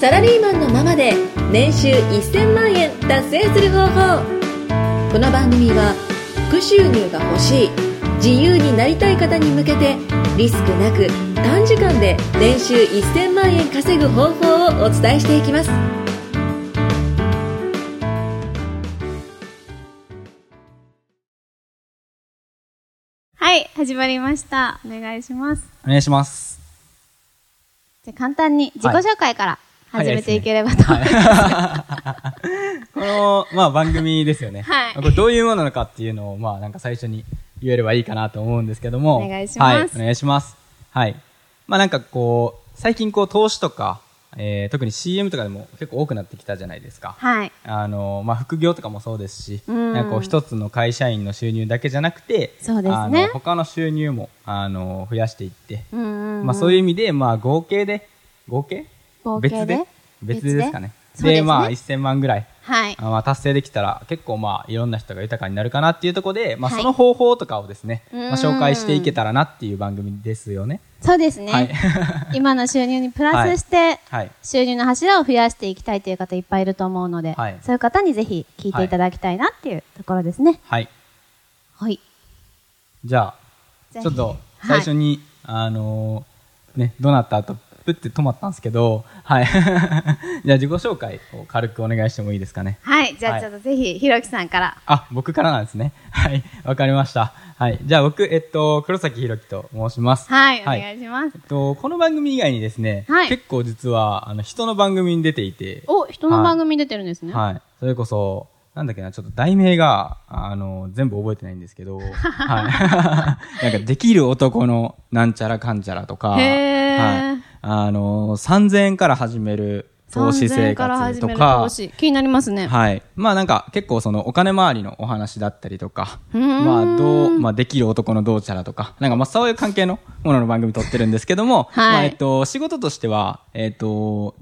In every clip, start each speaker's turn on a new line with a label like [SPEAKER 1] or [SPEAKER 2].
[SPEAKER 1] サラリーマンのままで年収1000万円達成する方法この番組は副収入が欲しい自由になりたい方に向けてリスクなく短時間で年収1000万円稼ぐ方法をお伝えしていきます
[SPEAKER 2] はい、始まりました。お願いします。
[SPEAKER 3] お願いします。
[SPEAKER 2] じゃあ簡単に自己紹介から
[SPEAKER 3] はい
[SPEAKER 2] 始めていければと。はい。
[SPEAKER 3] この、まあ、番組ですよね。
[SPEAKER 2] はい
[SPEAKER 3] これどういうものなのかっていうのを、まあ、なんか最初に言えればいいかなと思うんですけども。
[SPEAKER 2] お願いします
[SPEAKER 3] はい、お願いします。はい。まあ、なんかこう、最近こう、投資とか、えー、特に CM とかでも結構多くなってきたじゃないですか。
[SPEAKER 2] はい。
[SPEAKER 3] あの、まあ、副業とかもそうですし、
[SPEAKER 2] うん
[SPEAKER 3] なんかこう、一つの会社員の収入だけじゃなくて、
[SPEAKER 2] そうですね
[SPEAKER 3] あの他の収入も、あの、増やしていって、
[SPEAKER 2] うんうん、うん。
[SPEAKER 3] まあそういう意味で、まあ合計で、合計
[SPEAKER 2] 合計で
[SPEAKER 3] 別で別でですかね。
[SPEAKER 2] 別でそう
[SPEAKER 3] で
[SPEAKER 2] ですね
[SPEAKER 3] まあ1000万ぐらい、
[SPEAKER 2] はい。
[SPEAKER 3] あまあ達成できたら結構まあいろんな人が豊かになるかなっていうところで、まあ
[SPEAKER 2] はい
[SPEAKER 3] その方法とかをですね、
[SPEAKER 2] うーん
[SPEAKER 3] まあ紹介していけたらなっていう番組ですよね。
[SPEAKER 2] そうですね。
[SPEAKER 3] はい
[SPEAKER 2] 今の収入にプラスして、
[SPEAKER 3] はい。
[SPEAKER 2] 収入の柱を増やしていきたいという方いっぱいいると思うので、
[SPEAKER 3] はい
[SPEAKER 2] そういう方にぜひ聞いていただきたいなっていうところですね。
[SPEAKER 3] はい。
[SPEAKER 2] はい。
[SPEAKER 3] じゃ
[SPEAKER 2] ぜ
[SPEAKER 3] あ、
[SPEAKER 2] ひ
[SPEAKER 3] ちょっと
[SPEAKER 2] は
[SPEAKER 3] 最
[SPEAKER 2] い
[SPEAKER 3] 初に、あのーね、どうなった後、プって止まったんですけど、はい。 じゃあ自己紹介を軽くお願いしてもいいですかね。
[SPEAKER 2] はい。じゃ
[SPEAKER 3] は
[SPEAKER 2] あ
[SPEAKER 3] い
[SPEAKER 2] ちょっとぜひ、ひろきさんから。
[SPEAKER 3] あ、僕からなんですね。はい、わかりました。はい、じゃあ僕、えっと、黒崎ひろきと申します。
[SPEAKER 2] はい。お
[SPEAKER 3] え
[SPEAKER 2] 願いします。
[SPEAKER 3] っと、この番組以外にですね、
[SPEAKER 2] はい
[SPEAKER 3] 結構実は、あの、人の番組に出ていて、
[SPEAKER 2] お、人の番組出てるんですね。
[SPEAKER 3] はい、それこそ、なんだっけな、ちょっと題名が、あの、全部覚えてないん です けど、はい。なんか、できる男のなんちゃらかんちゃらとか、は
[SPEAKER 2] へー
[SPEAKER 3] い。あの、3000円から始める投資
[SPEAKER 2] 3000
[SPEAKER 3] 生
[SPEAKER 2] 円から
[SPEAKER 3] 活
[SPEAKER 2] 始
[SPEAKER 3] と
[SPEAKER 2] める
[SPEAKER 3] か
[SPEAKER 2] 投、資。気になりますね。
[SPEAKER 3] はい。まあなんか結構そのお金周りのお話だったりとか、
[SPEAKER 2] うーん
[SPEAKER 3] まあどう、まあできる男のどうちゃらとか、なんかまあそういう関係のものの番組撮ってるんですけども、
[SPEAKER 2] はい
[SPEAKER 3] まあえっと、仕事としては、えっと、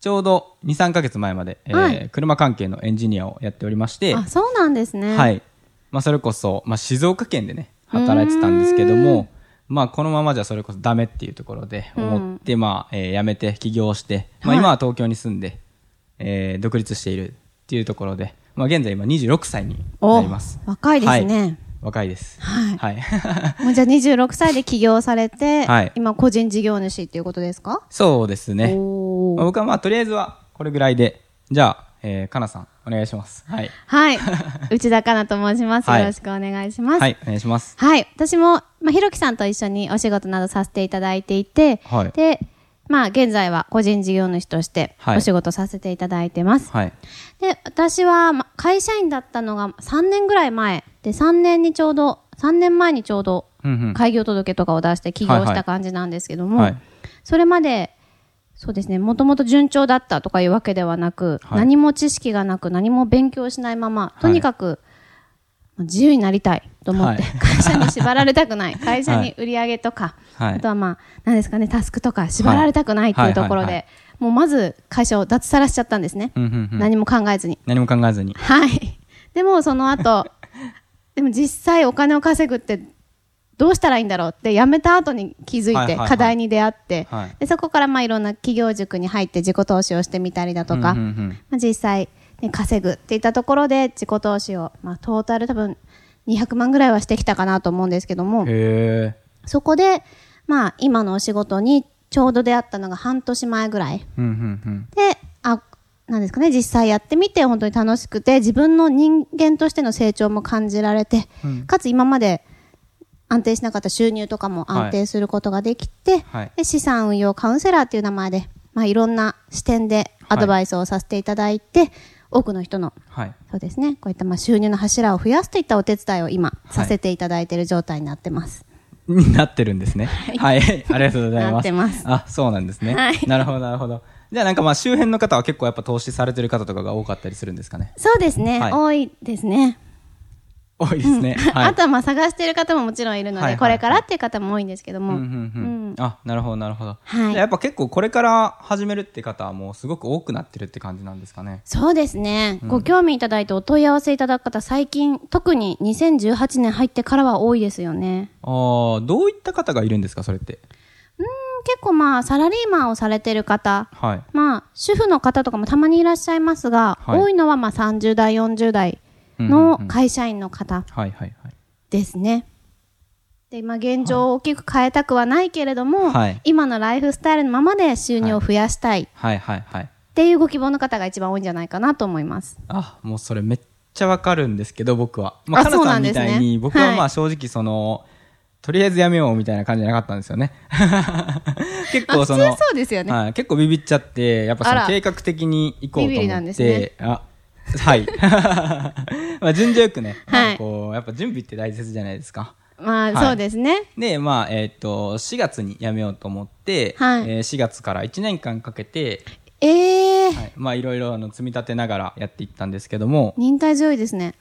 [SPEAKER 3] ちょうど2、3ヶ月前まで、えー
[SPEAKER 2] はい
[SPEAKER 3] 車関係のエンジニアをやっておりまして、
[SPEAKER 2] あ、そうなんですね。
[SPEAKER 3] はい。まあそれこそ、まあ静岡県でね、働いてたんですけども、まあこのままじゃそれこそダメっていうところで思って、まあ、えー辞めて起業して、まあ
[SPEAKER 2] はい
[SPEAKER 3] 今は東京に住んで、えー独立しているっていうところで、まあ現在今26歳にな
[SPEAKER 2] お
[SPEAKER 3] ります。
[SPEAKER 2] 若いですね
[SPEAKER 3] はい若いです。
[SPEAKER 2] はい
[SPEAKER 3] はい。
[SPEAKER 2] もうじゃあ26歳で起業されて、
[SPEAKER 3] はい
[SPEAKER 2] 今個人事業主っていうことですか
[SPEAKER 3] そうですね。
[SPEAKER 2] お
[SPEAKER 3] まあ
[SPEAKER 2] ー
[SPEAKER 3] 僕はまあとりあえずはこれぐらいで、じゃあ、えーかなさんお願いします。はい。
[SPEAKER 2] はい。内田かなと申します。
[SPEAKER 3] はい
[SPEAKER 2] よろしくお願いします。は。
[SPEAKER 3] はいい、お願いします。
[SPEAKER 2] 私も、まあ、ひろきさんと一緒にお仕事などさせていただいていて、
[SPEAKER 3] はい
[SPEAKER 2] で、まあ、現在は個人事業主として
[SPEAKER 3] はい
[SPEAKER 2] お仕事させていただいてます。
[SPEAKER 3] はい。
[SPEAKER 2] で、私は、まあ、会社員だったのが3年ぐらい前で、3年にちょうど、3年前にちょうど
[SPEAKER 3] うんうん。
[SPEAKER 2] 開業届とかを出して起業
[SPEAKER 3] はい
[SPEAKER 2] し
[SPEAKER 3] は
[SPEAKER 2] た
[SPEAKER 3] い
[SPEAKER 2] 感じなんですけども、
[SPEAKER 3] はい
[SPEAKER 2] それまで、そうですね、もともと順調だったとかいうわけではなく、
[SPEAKER 3] はい
[SPEAKER 2] 何も知識がなく、何も勉強しないまま
[SPEAKER 3] は、い
[SPEAKER 2] とにかく、まあ自由になりたいと思って、
[SPEAKER 3] はい
[SPEAKER 2] 会社に縛られたくない、会社に売り上げとか、
[SPEAKER 3] はい
[SPEAKER 2] あとはまあ、何ですかね、タスクとか縛られたくないっていうところ
[SPEAKER 3] はいはいはいは
[SPEAKER 2] で、もうまず会社を脱サラしちゃったんですね。
[SPEAKER 3] うんうんうん
[SPEAKER 2] 何も考えずに。
[SPEAKER 3] 何も考えずに。
[SPEAKER 2] はい。でもその 後、でも実際お金を稼ぐってどうしたらいいんだろうって辞めた後に気づ
[SPEAKER 3] はいいはい
[SPEAKER 2] て
[SPEAKER 3] はい
[SPEAKER 2] 課題に出会って、
[SPEAKER 3] はい
[SPEAKER 2] でそこからまあいろんな企業塾に入って自己投資をしてみたりだとか、
[SPEAKER 3] うんうんうん
[SPEAKER 2] まあ、実際、ね、稼ぐっていったところで自己投資を、まあ、トータル多分200万ぐらいはしてきたかなと思うんですけども、
[SPEAKER 3] へえ。
[SPEAKER 2] そこで、まあ今のお仕事にちょうど出会ったのが半年前ぐらい。
[SPEAKER 3] うんうんうん。
[SPEAKER 2] で、あ、なんですかね、実際やってみて本当に楽しくて、自分の人間としての成長も感じられて、
[SPEAKER 3] うん
[SPEAKER 2] かつ今まで安定しなかった収入とかも安定することができて、
[SPEAKER 3] はい
[SPEAKER 2] で資産運用カウンセラーっていう名前で、まあ、いろんな視点でアドバイスをさせていただいて、多くの人の
[SPEAKER 3] はい。
[SPEAKER 2] そうですね、こういったまあ収入の柱を増やすといったお手伝いを今、
[SPEAKER 3] い
[SPEAKER 2] させていただいている状態になってます。
[SPEAKER 3] になってるんですね。はい。ありがとうございます。
[SPEAKER 2] なってます
[SPEAKER 3] あ、そうなんですね。
[SPEAKER 2] はい
[SPEAKER 3] なるほど、なるほど。じゃあなんかまあ周辺の方は結構やっぱ投資されてる方とかが多かったりするんですかね。
[SPEAKER 2] そうですね、
[SPEAKER 3] はい
[SPEAKER 2] 多いですね。
[SPEAKER 3] 多いですね。はい。
[SPEAKER 2] あとはまあ探している方ももちろんいるので、
[SPEAKER 3] はいはいはい
[SPEAKER 2] これからっていう方も多いんですけど
[SPEAKER 3] う
[SPEAKER 2] も、
[SPEAKER 3] んうんうん
[SPEAKER 2] うん
[SPEAKER 3] あ、なるほど、なるほど。
[SPEAKER 2] はい
[SPEAKER 3] じゃあやっぱ結構これから始めるって方はもうすごく多くなってるって感じなんですかね。
[SPEAKER 2] そうですね、ご興味いただいてお問い合わせいただく方、最近、特に2018年入ってからは多いですよね。
[SPEAKER 3] ああ、どういった方がいるんですか、それって。
[SPEAKER 2] うーん結構まあサラリーマンをされてる方、
[SPEAKER 3] はい。
[SPEAKER 2] まあ主婦の方とかもたまにいらっしゃいますが、
[SPEAKER 3] はい
[SPEAKER 2] 多いのはまあ30代40代
[SPEAKER 3] うんう
[SPEAKER 2] の
[SPEAKER 3] んうん
[SPEAKER 2] 会社員の方
[SPEAKER 3] はいはいはい。
[SPEAKER 2] ですね。で今現状を大きく変えたくはないけれども、
[SPEAKER 3] はい
[SPEAKER 2] 今のライフスタイルのままで収入を増やしたいっ
[SPEAKER 3] はいはいはい。
[SPEAKER 2] ていうご希望の方が一番多いんじゃないかなと思います。
[SPEAKER 3] あ、もうそれめっちゃわかるんですけど、僕は。まあ、
[SPEAKER 2] あ
[SPEAKER 3] かな
[SPEAKER 2] そう
[SPEAKER 3] さ
[SPEAKER 2] なんん
[SPEAKER 3] み
[SPEAKER 2] ですね
[SPEAKER 3] たいに、僕は
[SPEAKER 2] はい
[SPEAKER 3] まあ正直その、とりあえずやめようみたいな感じじゃなかったんですよね。 結
[SPEAKER 2] あ
[SPEAKER 3] 構
[SPEAKER 2] 普
[SPEAKER 3] そ
[SPEAKER 2] 通
[SPEAKER 3] の、
[SPEAKER 2] そうですよね。
[SPEAKER 3] はい、結構ビビっちゃって、やっぱそ
[SPEAKER 2] あ
[SPEAKER 3] の
[SPEAKER 2] ら
[SPEAKER 3] 計画的に行こうと思
[SPEAKER 2] ビ
[SPEAKER 3] って、
[SPEAKER 2] ビりなんですね
[SPEAKER 3] あ、はい。 まあ順序よくね、
[SPEAKER 2] はい
[SPEAKER 3] なんかこう、やっぱ準備って大切じゃないですか。
[SPEAKER 2] まあ、
[SPEAKER 3] はい
[SPEAKER 2] そうですね。
[SPEAKER 3] で、まあ、えっ、と、4月に辞めようと思って、
[SPEAKER 2] はい
[SPEAKER 3] えー4月から1年間かけて、
[SPEAKER 2] ええー
[SPEAKER 3] はい、まあ、いろいろあの積み立てながらやっていったんですけども、
[SPEAKER 2] 忍耐強いですね。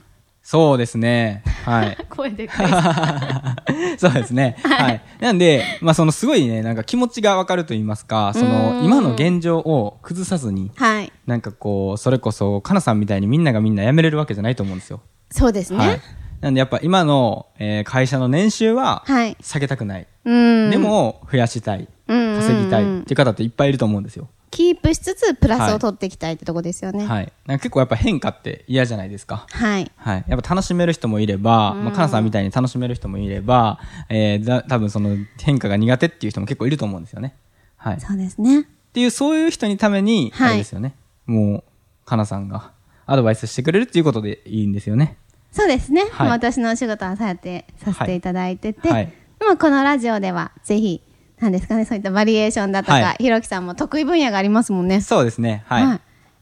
[SPEAKER 3] そうですね。はい。
[SPEAKER 2] 声でかいです。
[SPEAKER 3] そうですね。はい。なんで、まあ、そのすごいね、なんか気持ちがわかると言いますか、そうの、
[SPEAKER 2] ん
[SPEAKER 3] 今の現状を崩さずに、
[SPEAKER 2] はい。
[SPEAKER 3] なんかこう、それこそ、かなさんみたいにみんながみんな辞めれるわけじゃないと思うんですよ。
[SPEAKER 2] そうですね。
[SPEAKER 3] はい。なんでやっぱ今の、えー会社の年収は、
[SPEAKER 2] はい
[SPEAKER 3] 下げたくない。
[SPEAKER 2] うん。
[SPEAKER 3] で、も、増やしたい。
[SPEAKER 2] うん
[SPEAKER 3] 稼ぎたいっ
[SPEAKER 2] うんうん
[SPEAKER 3] ていう方っていっぱいいると思うんですよ。
[SPEAKER 2] キープしつつ、プラ
[SPEAKER 3] は
[SPEAKER 2] ス
[SPEAKER 3] い
[SPEAKER 2] を取っていきたいってとこですよね。はい。
[SPEAKER 3] はい。なんか結構やっぱ変化って嫌じゃないですか。はい。やっぱ楽しめる人もいれば、まあ、かなさんみたいに楽しめる人もいれば、えー、だ、多分その変化が苦手っていう人も結構いると思うんですよね。はい。っ
[SPEAKER 2] そうですね。
[SPEAKER 3] ていう、そういう人にために、
[SPEAKER 2] はい
[SPEAKER 3] あれですよね。もう、かなさんがアドバイスしてくれるっていうことでいいんですよね。
[SPEAKER 2] そうですね。
[SPEAKER 3] は
[SPEAKER 2] ま
[SPEAKER 3] い
[SPEAKER 2] あ私のお仕事はさて、させていただいてて、
[SPEAKER 3] はい
[SPEAKER 2] まあこのラジオでは、ぜひ、なんですかね、そういったバリエーションだとか、
[SPEAKER 3] はい
[SPEAKER 2] ひろきさんも得意分野がありますもんね。
[SPEAKER 3] そうですね。はい。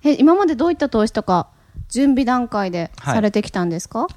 [SPEAKER 2] え、今までどういった投資とか、準備段階でされてきたんですか、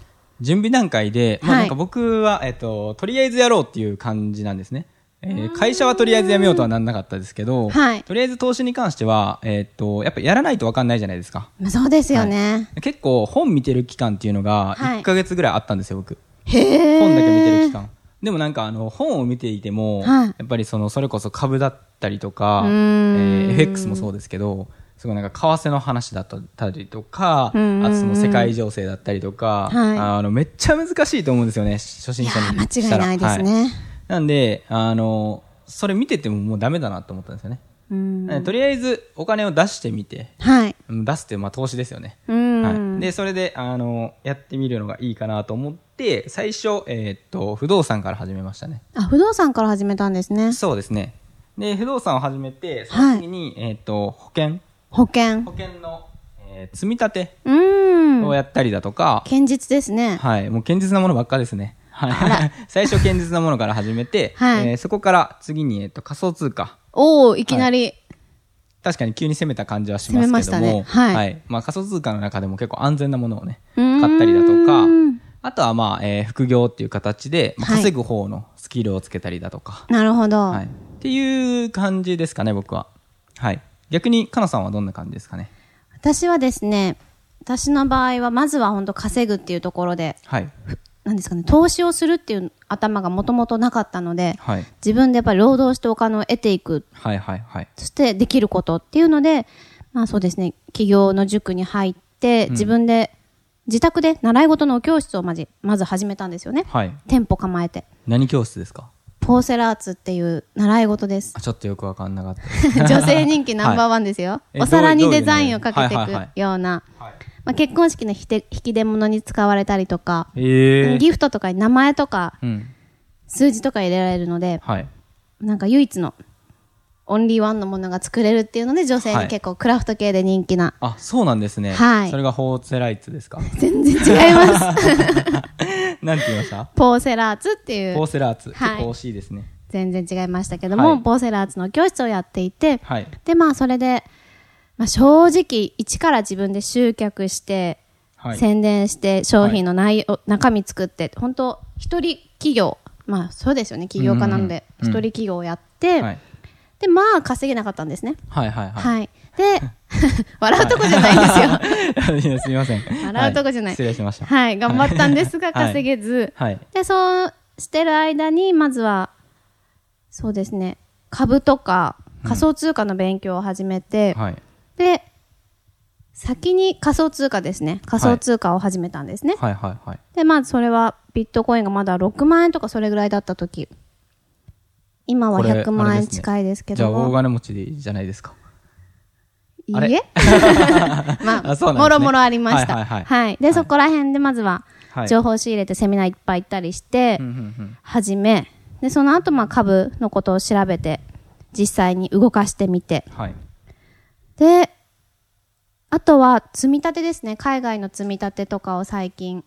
[SPEAKER 3] 準備段階で、まあ、
[SPEAKER 2] はい
[SPEAKER 3] なんか僕は、えっと、とりあえずやろうっていう感じなんですね。えー会社はとりあえずやめようとはなんなかったですけど、
[SPEAKER 2] はい
[SPEAKER 3] とりあえず投資に関しては、えっと、やっぱやらないとわかんないじゃないですか。
[SPEAKER 2] まあそうですよね。
[SPEAKER 3] 結構本見てる期間っていうのが
[SPEAKER 2] はい
[SPEAKER 3] 1ヶ月ぐらいあったんですよ、僕。
[SPEAKER 2] へえ。
[SPEAKER 3] 本だけ見てる期間。でもなんかあの本を見ていても、
[SPEAKER 2] はい
[SPEAKER 3] やっぱりそのそれこそ株だったりとか、
[SPEAKER 2] う
[SPEAKER 3] え
[SPEAKER 2] ーん
[SPEAKER 3] ー FX もそうですけど、すごいなんか為替の話だったりとか、あ
[SPEAKER 2] うんうんうん
[SPEAKER 3] とその世界情勢だったりとか、
[SPEAKER 2] はい
[SPEAKER 3] あのめっちゃ難しいと思うんですよね、初
[SPEAKER 2] い
[SPEAKER 3] 心
[SPEAKER 2] や
[SPEAKER 3] 者
[SPEAKER 2] ー、
[SPEAKER 3] にした
[SPEAKER 2] 間違いない
[SPEAKER 3] ら。
[SPEAKER 2] です
[SPEAKER 3] はい
[SPEAKER 2] ね。
[SPEAKER 3] なんで、あの、それ見ててももうダメだなと思ったんですよね。
[SPEAKER 2] うん。
[SPEAKER 3] なんでとりあえずお金を出してみて、
[SPEAKER 2] はい。
[SPEAKER 3] うん出すってまあ投資ですよね。
[SPEAKER 2] うん。
[SPEAKER 3] はい、でそれであのやってみるのがいいかなと思って最初、えーっと不動産から始めましたね
[SPEAKER 2] あ、不動産から始めたんですね。
[SPEAKER 3] そうですねで不動産を始めてその次に、えーっと保険
[SPEAKER 2] 保険。
[SPEAKER 3] 保険の、えー積み立て
[SPEAKER 2] うー
[SPEAKER 3] を
[SPEAKER 2] ん。
[SPEAKER 3] やったりだとか、
[SPEAKER 2] 堅実ですね。
[SPEAKER 3] はい、もう堅実なものばっかですねはい 最初堅実なものから始めて、
[SPEAKER 2] はい
[SPEAKER 3] えーそこから次に、えーっと仮想通貨
[SPEAKER 2] おお、いきなり。
[SPEAKER 3] 確かに急に攻めた感じはしますけども
[SPEAKER 2] 攻めましたねはい
[SPEAKER 3] まあ、仮想通貨の中でも結構安全なものをね
[SPEAKER 2] うーん
[SPEAKER 3] 買ったりだとかあとはまあ、えー副業っていう形で、まあ、
[SPEAKER 2] はい
[SPEAKER 3] 稼ぐ方のスキルをつけたりだとか、
[SPEAKER 2] なるほど。
[SPEAKER 3] はいっていう感じですかね僕ははい逆にかなさんはどんな感じですかね
[SPEAKER 2] 私はですね、私の場合は、まずは本当稼ぐっていうところで、
[SPEAKER 3] はい
[SPEAKER 2] なんですかね、投資をするっていう頭がもともとなかったので、
[SPEAKER 3] はい
[SPEAKER 2] 自分でやっぱり労働してお金を得ていく、
[SPEAKER 3] はいはいはい
[SPEAKER 2] そしてできることっていうので、まあそうですね、企業の塾に入って、自分で、自宅で習い事の教室をまじまず始めたんですよね。
[SPEAKER 3] はい
[SPEAKER 2] 店舗構えて。
[SPEAKER 3] 何教室ですか
[SPEAKER 2] ポーセラーツっていう習い事 です。
[SPEAKER 3] あちょっとよくわかんなかったです
[SPEAKER 2] 女性人気ナンバーワンですよ。
[SPEAKER 3] え
[SPEAKER 2] お皿
[SPEAKER 3] ど
[SPEAKER 2] に
[SPEAKER 3] ういう
[SPEAKER 2] デザインをかけてい
[SPEAKER 3] はいはいはい
[SPEAKER 2] くような。
[SPEAKER 3] はい
[SPEAKER 2] まあ、結婚式のひて引き出物に使われたりとか、
[SPEAKER 3] ええ
[SPEAKER 2] ギフトとかに名前とか
[SPEAKER 3] うん
[SPEAKER 2] 数字とか入れられるので、
[SPEAKER 3] はい
[SPEAKER 2] なんか唯一のオンリーワンのものが作れるっていうので、女性
[SPEAKER 3] はい
[SPEAKER 2] に結構クラフト系で人気な。
[SPEAKER 3] あそうなんですね
[SPEAKER 2] はい
[SPEAKER 3] それがホーツェライツです か
[SPEAKER 2] 全然違い ます。
[SPEAKER 3] なんて言いました
[SPEAKER 2] ポーセラーツってい
[SPEAKER 3] ホー
[SPEAKER 2] う、
[SPEAKER 3] セラーツ、
[SPEAKER 2] はい
[SPEAKER 3] 結構惜しいですね
[SPEAKER 2] 全然違いましたけども、
[SPEAKER 3] はい
[SPEAKER 2] ポーセラーツの教室をやっていて、
[SPEAKER 3] はい
[SPEAKER 2] で、まあ、それで、まあ、正直、一から自分で集客して、
[SPEAKER 3] はい
[SPEAKER 2] 宣伝して、商品の内容、中身作って、本当一人企業、まあ、そうですよね、起業家なので、
[SPEAKER 3] うん
[SPEAKER 2] 一
[SPEAKER 3] うん
[SPEAKER 2] 人企業をやって、
[SPEAKER 3] はい
[SPEAKER 2] で、まあ、稼げなかったんですね。
[SPEAKER 3] はいはいはい
[SPEAKER 2] はい。で、笑うとこじゃないんですよ。
[SPEAKER 3] いやすみません。
[SPEAKER 2] 笑うとこじゃない。
[SPEAKER 3] は失礼しま した。
[SPEAKER 2] はい、頑張ったんです
[SPEAKER 3] は
[SPEAKER 2] が、
[SPEAKER 3] い
[SPEAKER 2] 稼げず。
[SPEAKER 3] はい。
[SPEAKER 2] で、そうしてる間に、まずは、そうですね、株とか、仮想通貨の勉強を始めて、
[SPEAKER 3] はい。
[SPEAKER 2] で、先に仮想通貨ですね。仮想通貨を始めたんですね。
[SPEAKER 3] はいはいはい。
[SPEAKER 2] で、まあ、それはビットコインがまだ6万円とかそれぐらいだった時今は
[SPEAKER 3] これ
[SPEAKER 2] 100万
[SPEAKER 3] あれ
[SPEAKER 2] 円
[SPEAKER 3] ですね
[SPEAKER 2] 近いですけ
[SPEAKER 3] じゃあ
[SPEAKER 2] ど
[SPEAKER 3] 大
[SPEAKER 2] も。
[SPEAKER 3] 金持ちでいいじゃないですか。
[SPEAKER 2] い
[SPEAKER 3] あれ
[SPEAKER 2] いえ。 ま
[SPEAKER 3] あ
[SPEAKER 2] あ、
[SPEAKER 3] そうなんですね
[SPEAKER 2] もろもろありました。は
[SPEAKER 3] は
[SPEAKER 2] いい
[SPEAKER 3] はいはい
[SPEAKER 2] で、そこら辺でまずは
[SPEAKER 3] はい、
[SPEAKER 2] 情報仕入れてセミナーいっぱい行ったりして
[SPEAKER 3] うん、うん
[SPEAKER 2] 始め、で、その後、まあ、株のことを調べて、実際に動かしてみて
[SPEAKER 3] う、ん。はい。
[SPEAKER 2] で、あとは、積み立てですね。海外の積み立てとかを最近、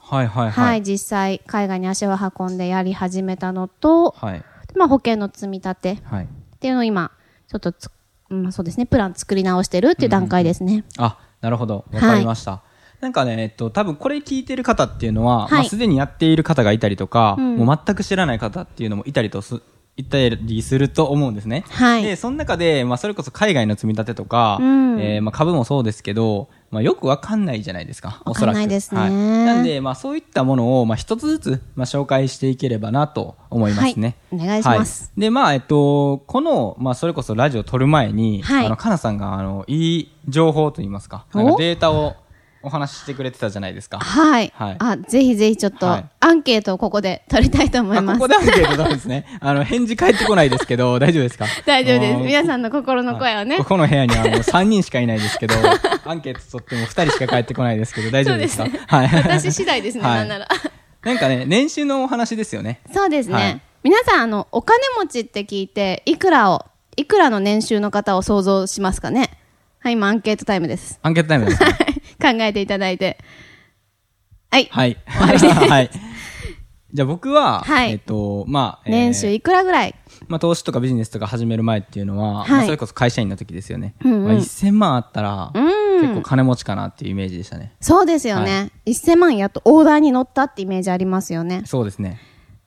[SPEAKER 3] はいは
[SPEAKER 2] は、
[SPEAKER 3] いはいい。
[SPEAKER 2] 実際、海外に足を運んでやり始めたのと、
[SPEAKER 3] はい。
[SPEAKER 2] でまあ、保険の積み立てっ
[SPEAKER 3] はい。
[SPEAKER 2] ていうのを今、ちょっとつ、まあ、そうですね、プラン作り直してるっていう段階ですね。
[SPEAKER 3] あ、なるほど。
[SPEAKER 2] はい
[SPEAKER 3] わかりました。なんかね、えっと、多分これ聞いてる方っていうのは、
[SPEAKER 2] はい
[SPEAKER 3] まあすでにやっている方がいたりとか、
[SPEAKER 2] うん
[SPEAKER 3] もう全く知らない方っていうのもいたりとす、いたりすると思うんですね。
[SPEAKER 2] はい
[SPEAKER 3] で、その中で、まあそれこそ海外の積み立てとか、
[SPEAKER 2] うん
[SPEAKER 3] えーまあ株もそうですけど、まあよくわかんないじゃないですか。お
[SPEAKER 2] わ
[SPEAKER 3] そ
[SPEAKER 2] からん
[SPEAKER 3] く。
[SPEAKER 2] ないですね
[SPEAKER 3] はいなんで、まあそういったものを、まあ一つずつ、まあ紹介していければなと思いますね。
[SPEAKER 2] はいお願いします
[SPEAKER 3] はいで、まあ、えっと、この、まあそれこそラジオ撮る前に、
[SPEAKER 2] はい
[SPEAKER 3] あの、かなさんが、あの、いい情報といいますか、
[SPEAKER 2] お
[SPEAKER 3] なんかデータをお話ししてくれてたじゃないですか。
[SPEAKER 2] はい。
[SPEAKER 3] はい
[SPEAKER 2] あ、ぜひぜひちょっと、
[SPEAKER 3] はい
[SPEAKER 2] アンケートをここで取りたいと思い
[SPEAKER 3] あ
[SPEAKER 2] ます。
[SPEAKER 3] ここでアンケートなんですね。あの、返事返ってこないですけど、大丈夫ですか
[SPEAKER 2] 大丈夫です。
[SPEAKER 3] あの
[SPEAKER 2] 皆さんの心の声をね。
[SPEAKER 3] ここの部屋にはもう3人しかいないですけど、 アンケート取っても2人しか帰ってこないですけど、大丈夫ですか
[SPEAKER 2] そうですね
[SPEAKER 3] はい。
[SPEAKER 2] 私次第ですね、
[SPEAKER 3] はい
[SPEAKER 2] なんなら。
[SPEAKER 3] なんかね、年収のお話ですよね。
[SPEAKER 2] そうですね。
[SPEAKER 3] はい
[SPEAKER 2] 皆さん、あの、お金持ちって聞いて、いくらを、いくらの年収の方を想像しますかねはい、今アンケートタイムです。
[SPEAKER 3] アンケートタイムですか
[SPEAKER 2] 考えていただいて。はい。
[SPEAKER 3] はい。はい。じゃあ僕は、
[SPEAKER 2] はい
[SPEAKER 3] えっと、まあ、えー
[SPEAKER 2] 年収いくらぐらい、
[SPEAKER 3] まあ、投資とかビジネスとか始める前っていうのは、
[SPEAKER 2] はい
[SPEAKER 3] まあ、それこそ会社員の時ですよね。
[SPEAKER 2] うんうん
[SPEAKER 3] まあ、1000万あったら、
[SPEAKER 2] うん
[SPEAKER 3] 結構金持ちかなっていうイメージでしたね。
[SPEAKER 2] そうですよね。1000万やっとオーダーに乗ったってイメージありますよね。
[SPEAKER 3] そうですね。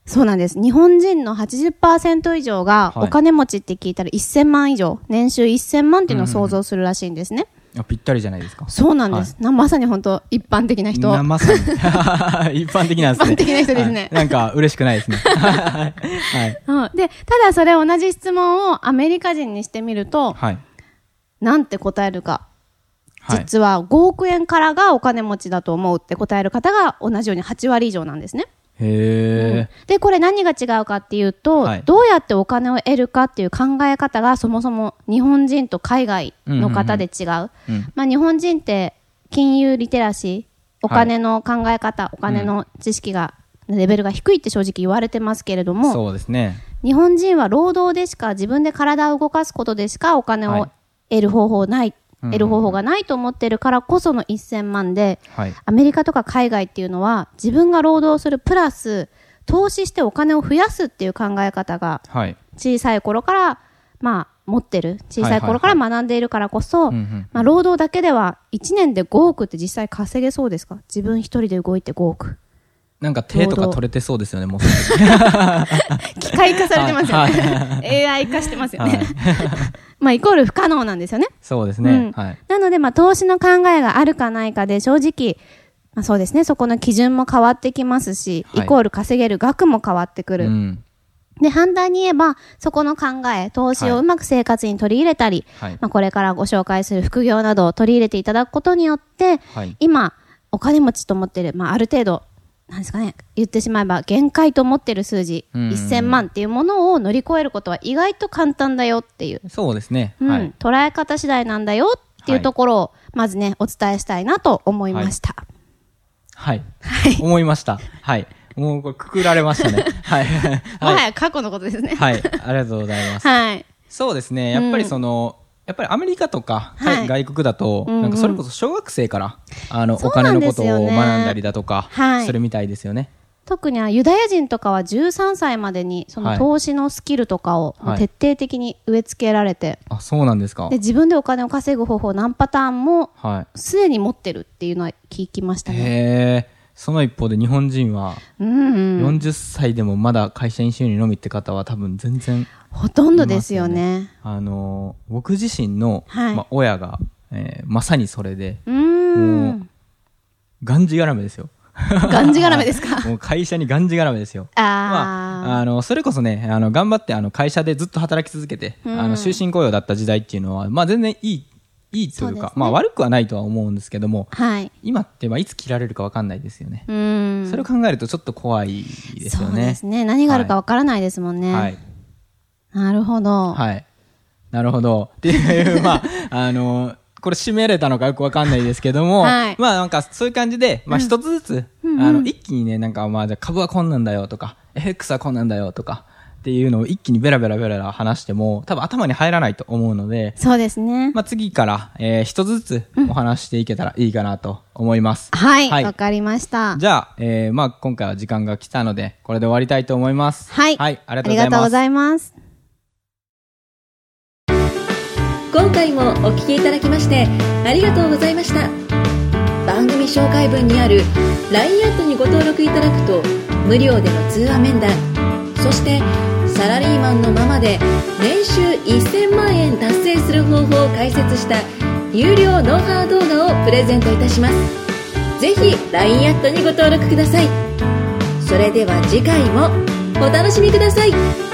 [SPEAKER 2] そうなんです。日本人の80%以上が
[SPEAKER 3] は
[SPEAKER 2] お
[SPEAKER 3] い
[SPEAKER 2] 金持ちって聞いたら1000万以上、年収1000万っていうのを想像するらしいんですね。
[SPEAKER 3] あぴったりじゃないですか。
[SPEAKER 2] そうなんです。なまさに本当一般的な人。
[SPEAKER 3] なまさに。一般的なん です
[SPEAKER 2] 一
[SPEAKER 3] ね。
[SPEAKER 2] 般的な人ですね
[SPEAKER 3] はいなんか、嬉しくないですね。 はい。
[SPEAKER 2] うん、で、ただそれ同じ質問をアメリカ人にしてみると、
[SPEAKER 3] はい。
[SPEAKER 2] なんて答えるか。
[SPEAKER 3] はい。
[SPEAKER 2] 実は5億円からがお金持ちだと思うって答える方が同じように8割以上なんですね。
[SPEAKER 3] へえ。
[SPEAKER 2] で、これ何が違うかっていうと、
[SPEAKER 3] はい
[SPEAKER 2] どうやってお金を得るかっていう考え方がそもそも日本人と海外の方で違う。
[SPEAKER 3] うん。
[SPEAKER 2] まあ、日本人って金融リテラシー、お金の考え方、お金の知識が、レベルが低いって正直言われてますけれども、
[SPEAKER 3] そうですね。
[SPEAKER 2] 日本人は労働でしか自分で体を動かすことでしかお金
[SPEAKER 3] はい
[SPEAKER 2] を得る方法ない、
[SPEAKER 3] うん
[SPEAKER 2] 得る方法がないと思ってるからこその1000万で、
[SPEAKER 3] はい。
[SPEAKER 2] アメリカとか海外っていうのは自分が労働するプラス投資してお金を増やすっていう考え方が
[SPEAKER 3] はい。
[SPEAKER 2] 小さい頃からまあ持ってる小さい頃から学んでいるからこそ、
[SPEAKER 3] うんうん。
[SPEAKER 2] まあ、労働だけでは1年で5億って実際稼げそうですか自分一人で動いて5億
[SPEAKER 3] なんか手とか取れてそうですよね、もうすでに。
[SPEAKER 2] 機械化されてますよ ね AI 化してますよね、
[SPEAKER 3] はい
[SPEAKER 2] まあイコール不可能なんですよね
[SPEAKER 3] そうです
[SPEAKER 2] うん
[SPEAKER 3] ね。はい。
[SPEAKER 2] なので、まあ、投資の考えがあるかないかで、正直、まあ、そうですね、そこの基準も変わってきますし、
[SPEAKER 3] はい
[SPEAKER 2] イコール稼げる額も変わってく
[SPEAKER 3] う
[SPEAKER 2] る。
[SPEAKER 3] ん。
[SPEAKER 2] で、反対に言えば、そこの考え、投資
[SPEAKER 3] は
[SPEAKER 2] を
[SPEAKER 3] いう
[SPEAKER 2] まく生活に取り入れたり、
[SPEAKER 3] はい。
[SPEAKER 2] まあ、これからご紹介する副業などを取り入れていただくことによって、
[SPEAKER 3] はい。
[SPEAKER 2] 今、お金持ちと思ってる、まあ、ある程度、なんですかね、言ってしまえば、限界と思ってる数字、
[SPEAKER 3] うん
[SPEAKER 2] 1000万っていうものを乗り越えることは意外と簡単だよっていう。
[SPEAKER 3] そうですね。
[SPEAKER 2] うん
[SPEAKER 3] はい。
[SPEAKER 2] 捉え方次第なんだよっていうところを、まずね、お伝えしたいなと思いました。
[SPEAKER 3] はい。思いました。はい。もうこれくくられましたね。はい。
[SPEAKER 2] もは
[SPEAKER 3] はい。
[SPEAKER 2] や過去のことですね。
[SPEAKER 3] はい。ありがとうございます。
[SPEAKER 2] はい。
[SPEAKER 3] そうですね。やっぱりその、やっぱりアメリカとか、
[SPEAKER 2] はい
[SPEAKER 3] 外国だと、
[SPEAKER 2] うんうん
[SPEAKER 3] なんかそれこそ小学生から、あの、
[SPEAKER 2] そ
[SPEAKER 3] お
[SPEAKER 2] うな
[SPEAKER 3] 金
[SPEAKER 2] ん
[SPEAKER 3] の
[SPEAKER 2] で
[SPEAKER 3] こ
[SPEAKER 2] す
[SPEAKER 3] と
[SPEAKER 2] よね
[SPEAKER 3] を学んだりだとか
[SPEAKER 2] は、い
[SPEAKER 3] するみたいですよね。
[SPEAKER 2] 特にあユダヤ人とかは13歳までにそ
[SPEAKER 3] は
[SPEAKER 2] の
[SPEAKER 3] い
[SPEAKER 2] 投資のスキルとかを
[SPEAKER 3] はい
[SPEAKER 2] 徹底的に植え付けられて、
[SPEAKER 3] あ、そうなんですか
[SPEAKER 2] で。自分でお金を稼ぐ方法何パターンも
[SPEAKER 3] は
[SPEAKER 2] すでに持ってるっていうのは聞きまし
[SPEAKER 3] い。
[SPEAKER 2] たね。
[SPEAKER 3] へえ。その一方で日本人は、
[SPEAKER 2] うんうん、
[SPEAKER 3] 40歳でもまだ会社員収入のみって方は多分全然、
[SPEAKER 2] ほとんどですよね。
[SPEAKER 3] あのー僕自身の、
[SPEAKER 2] はい
[SPEAKER 3] まあ親が、えーまさにそれで、
[SPEAKER 2] うー
[SPEAKER 3] も
[SPEAKER 2] ん。
[SPEAKER 3] がんじがらめですよ。
[SPEAKER 2] がんじがらめですか。
[SPEAKER 3] もう会社にがんじがらめですよ。
[SPEAKER 2] あ
[SPEAKER 3] まあ、あの、それこそね、あの、頑張って、あの、会社でずっと働き続けて、あの、終身雇用だった時代っていうのは、まあ、全然いい、いいと
[SPEAKER 2] そ
[SPEAKER 3] いうう
[SPEAKER 2] です
[SPEAKER 3] か
[SPEAKER 2] ね、
[SPEAKER 3] まあ、悪くはないとは思うんですけども
[SPEAKER 2] あ。、はい。
[SPEAKER 3] 今って、まあ、いつ切られるかわかんないですよね。
[SPEAKER 2] うーん。
[SPEAKER 3] それを考えると、ちょっと怖いですよ
[SPEAKER 2] そうで
[SPEAKER 3] ね
[SPEAKER 2] す。ね。何があるかわからないですもんね。
[SPEAKER 3] はい。
[SPEAKER 2] なるほど。
[SPEAKER 3] はい。なるほど。っていう、 まあ、あの、これ締めれたのかよくわかんないですけども、
[SPEAKER 2] はい
[SPEAKER 3] まあなんかそういう感じで、まあ一つずつ、あの、一気にね、なんかまあじゃあ株はこんなんだよとか、FX はこんなんだよとか、っていうのを一気にベラベラベラベラ話しても、多分頭に入らないと思うので、
[SPEAKER 2] そうですね。
[SPEAKER 3] まあ次から、えー一つずつお話していけたらいいかなと思います。
[SPEAKER 2] はい。
[SPEAKER 3] はい
[SPEAKER 2] わかりました。
[SPEAKER 3] じゃあ、えーまあ今回は時間が来たので、これで終わりたいと思います。
[SPEAKER 2] はい。
[SPEAKER 3] はい、ありがとうござい
[SPEAKER 2] ありがとう
[SPEAKER 3] ま
[SPEAKER 2] ご
[SPEAKER 3] す。
[SPEAKER 2] ざいます。
[SPEAKER 1] 今回もお聞きいただきましてありがとうございました番組紹介文にある LINE アットにご登録いただくと無料での通話面談そしてサラリーマンのままで年収1000万円達成する方法を解説した有料ノウハウ動画をプレゼントいたしますぜひ LINE アットにご登録くださいそれでは次回もお楽しみください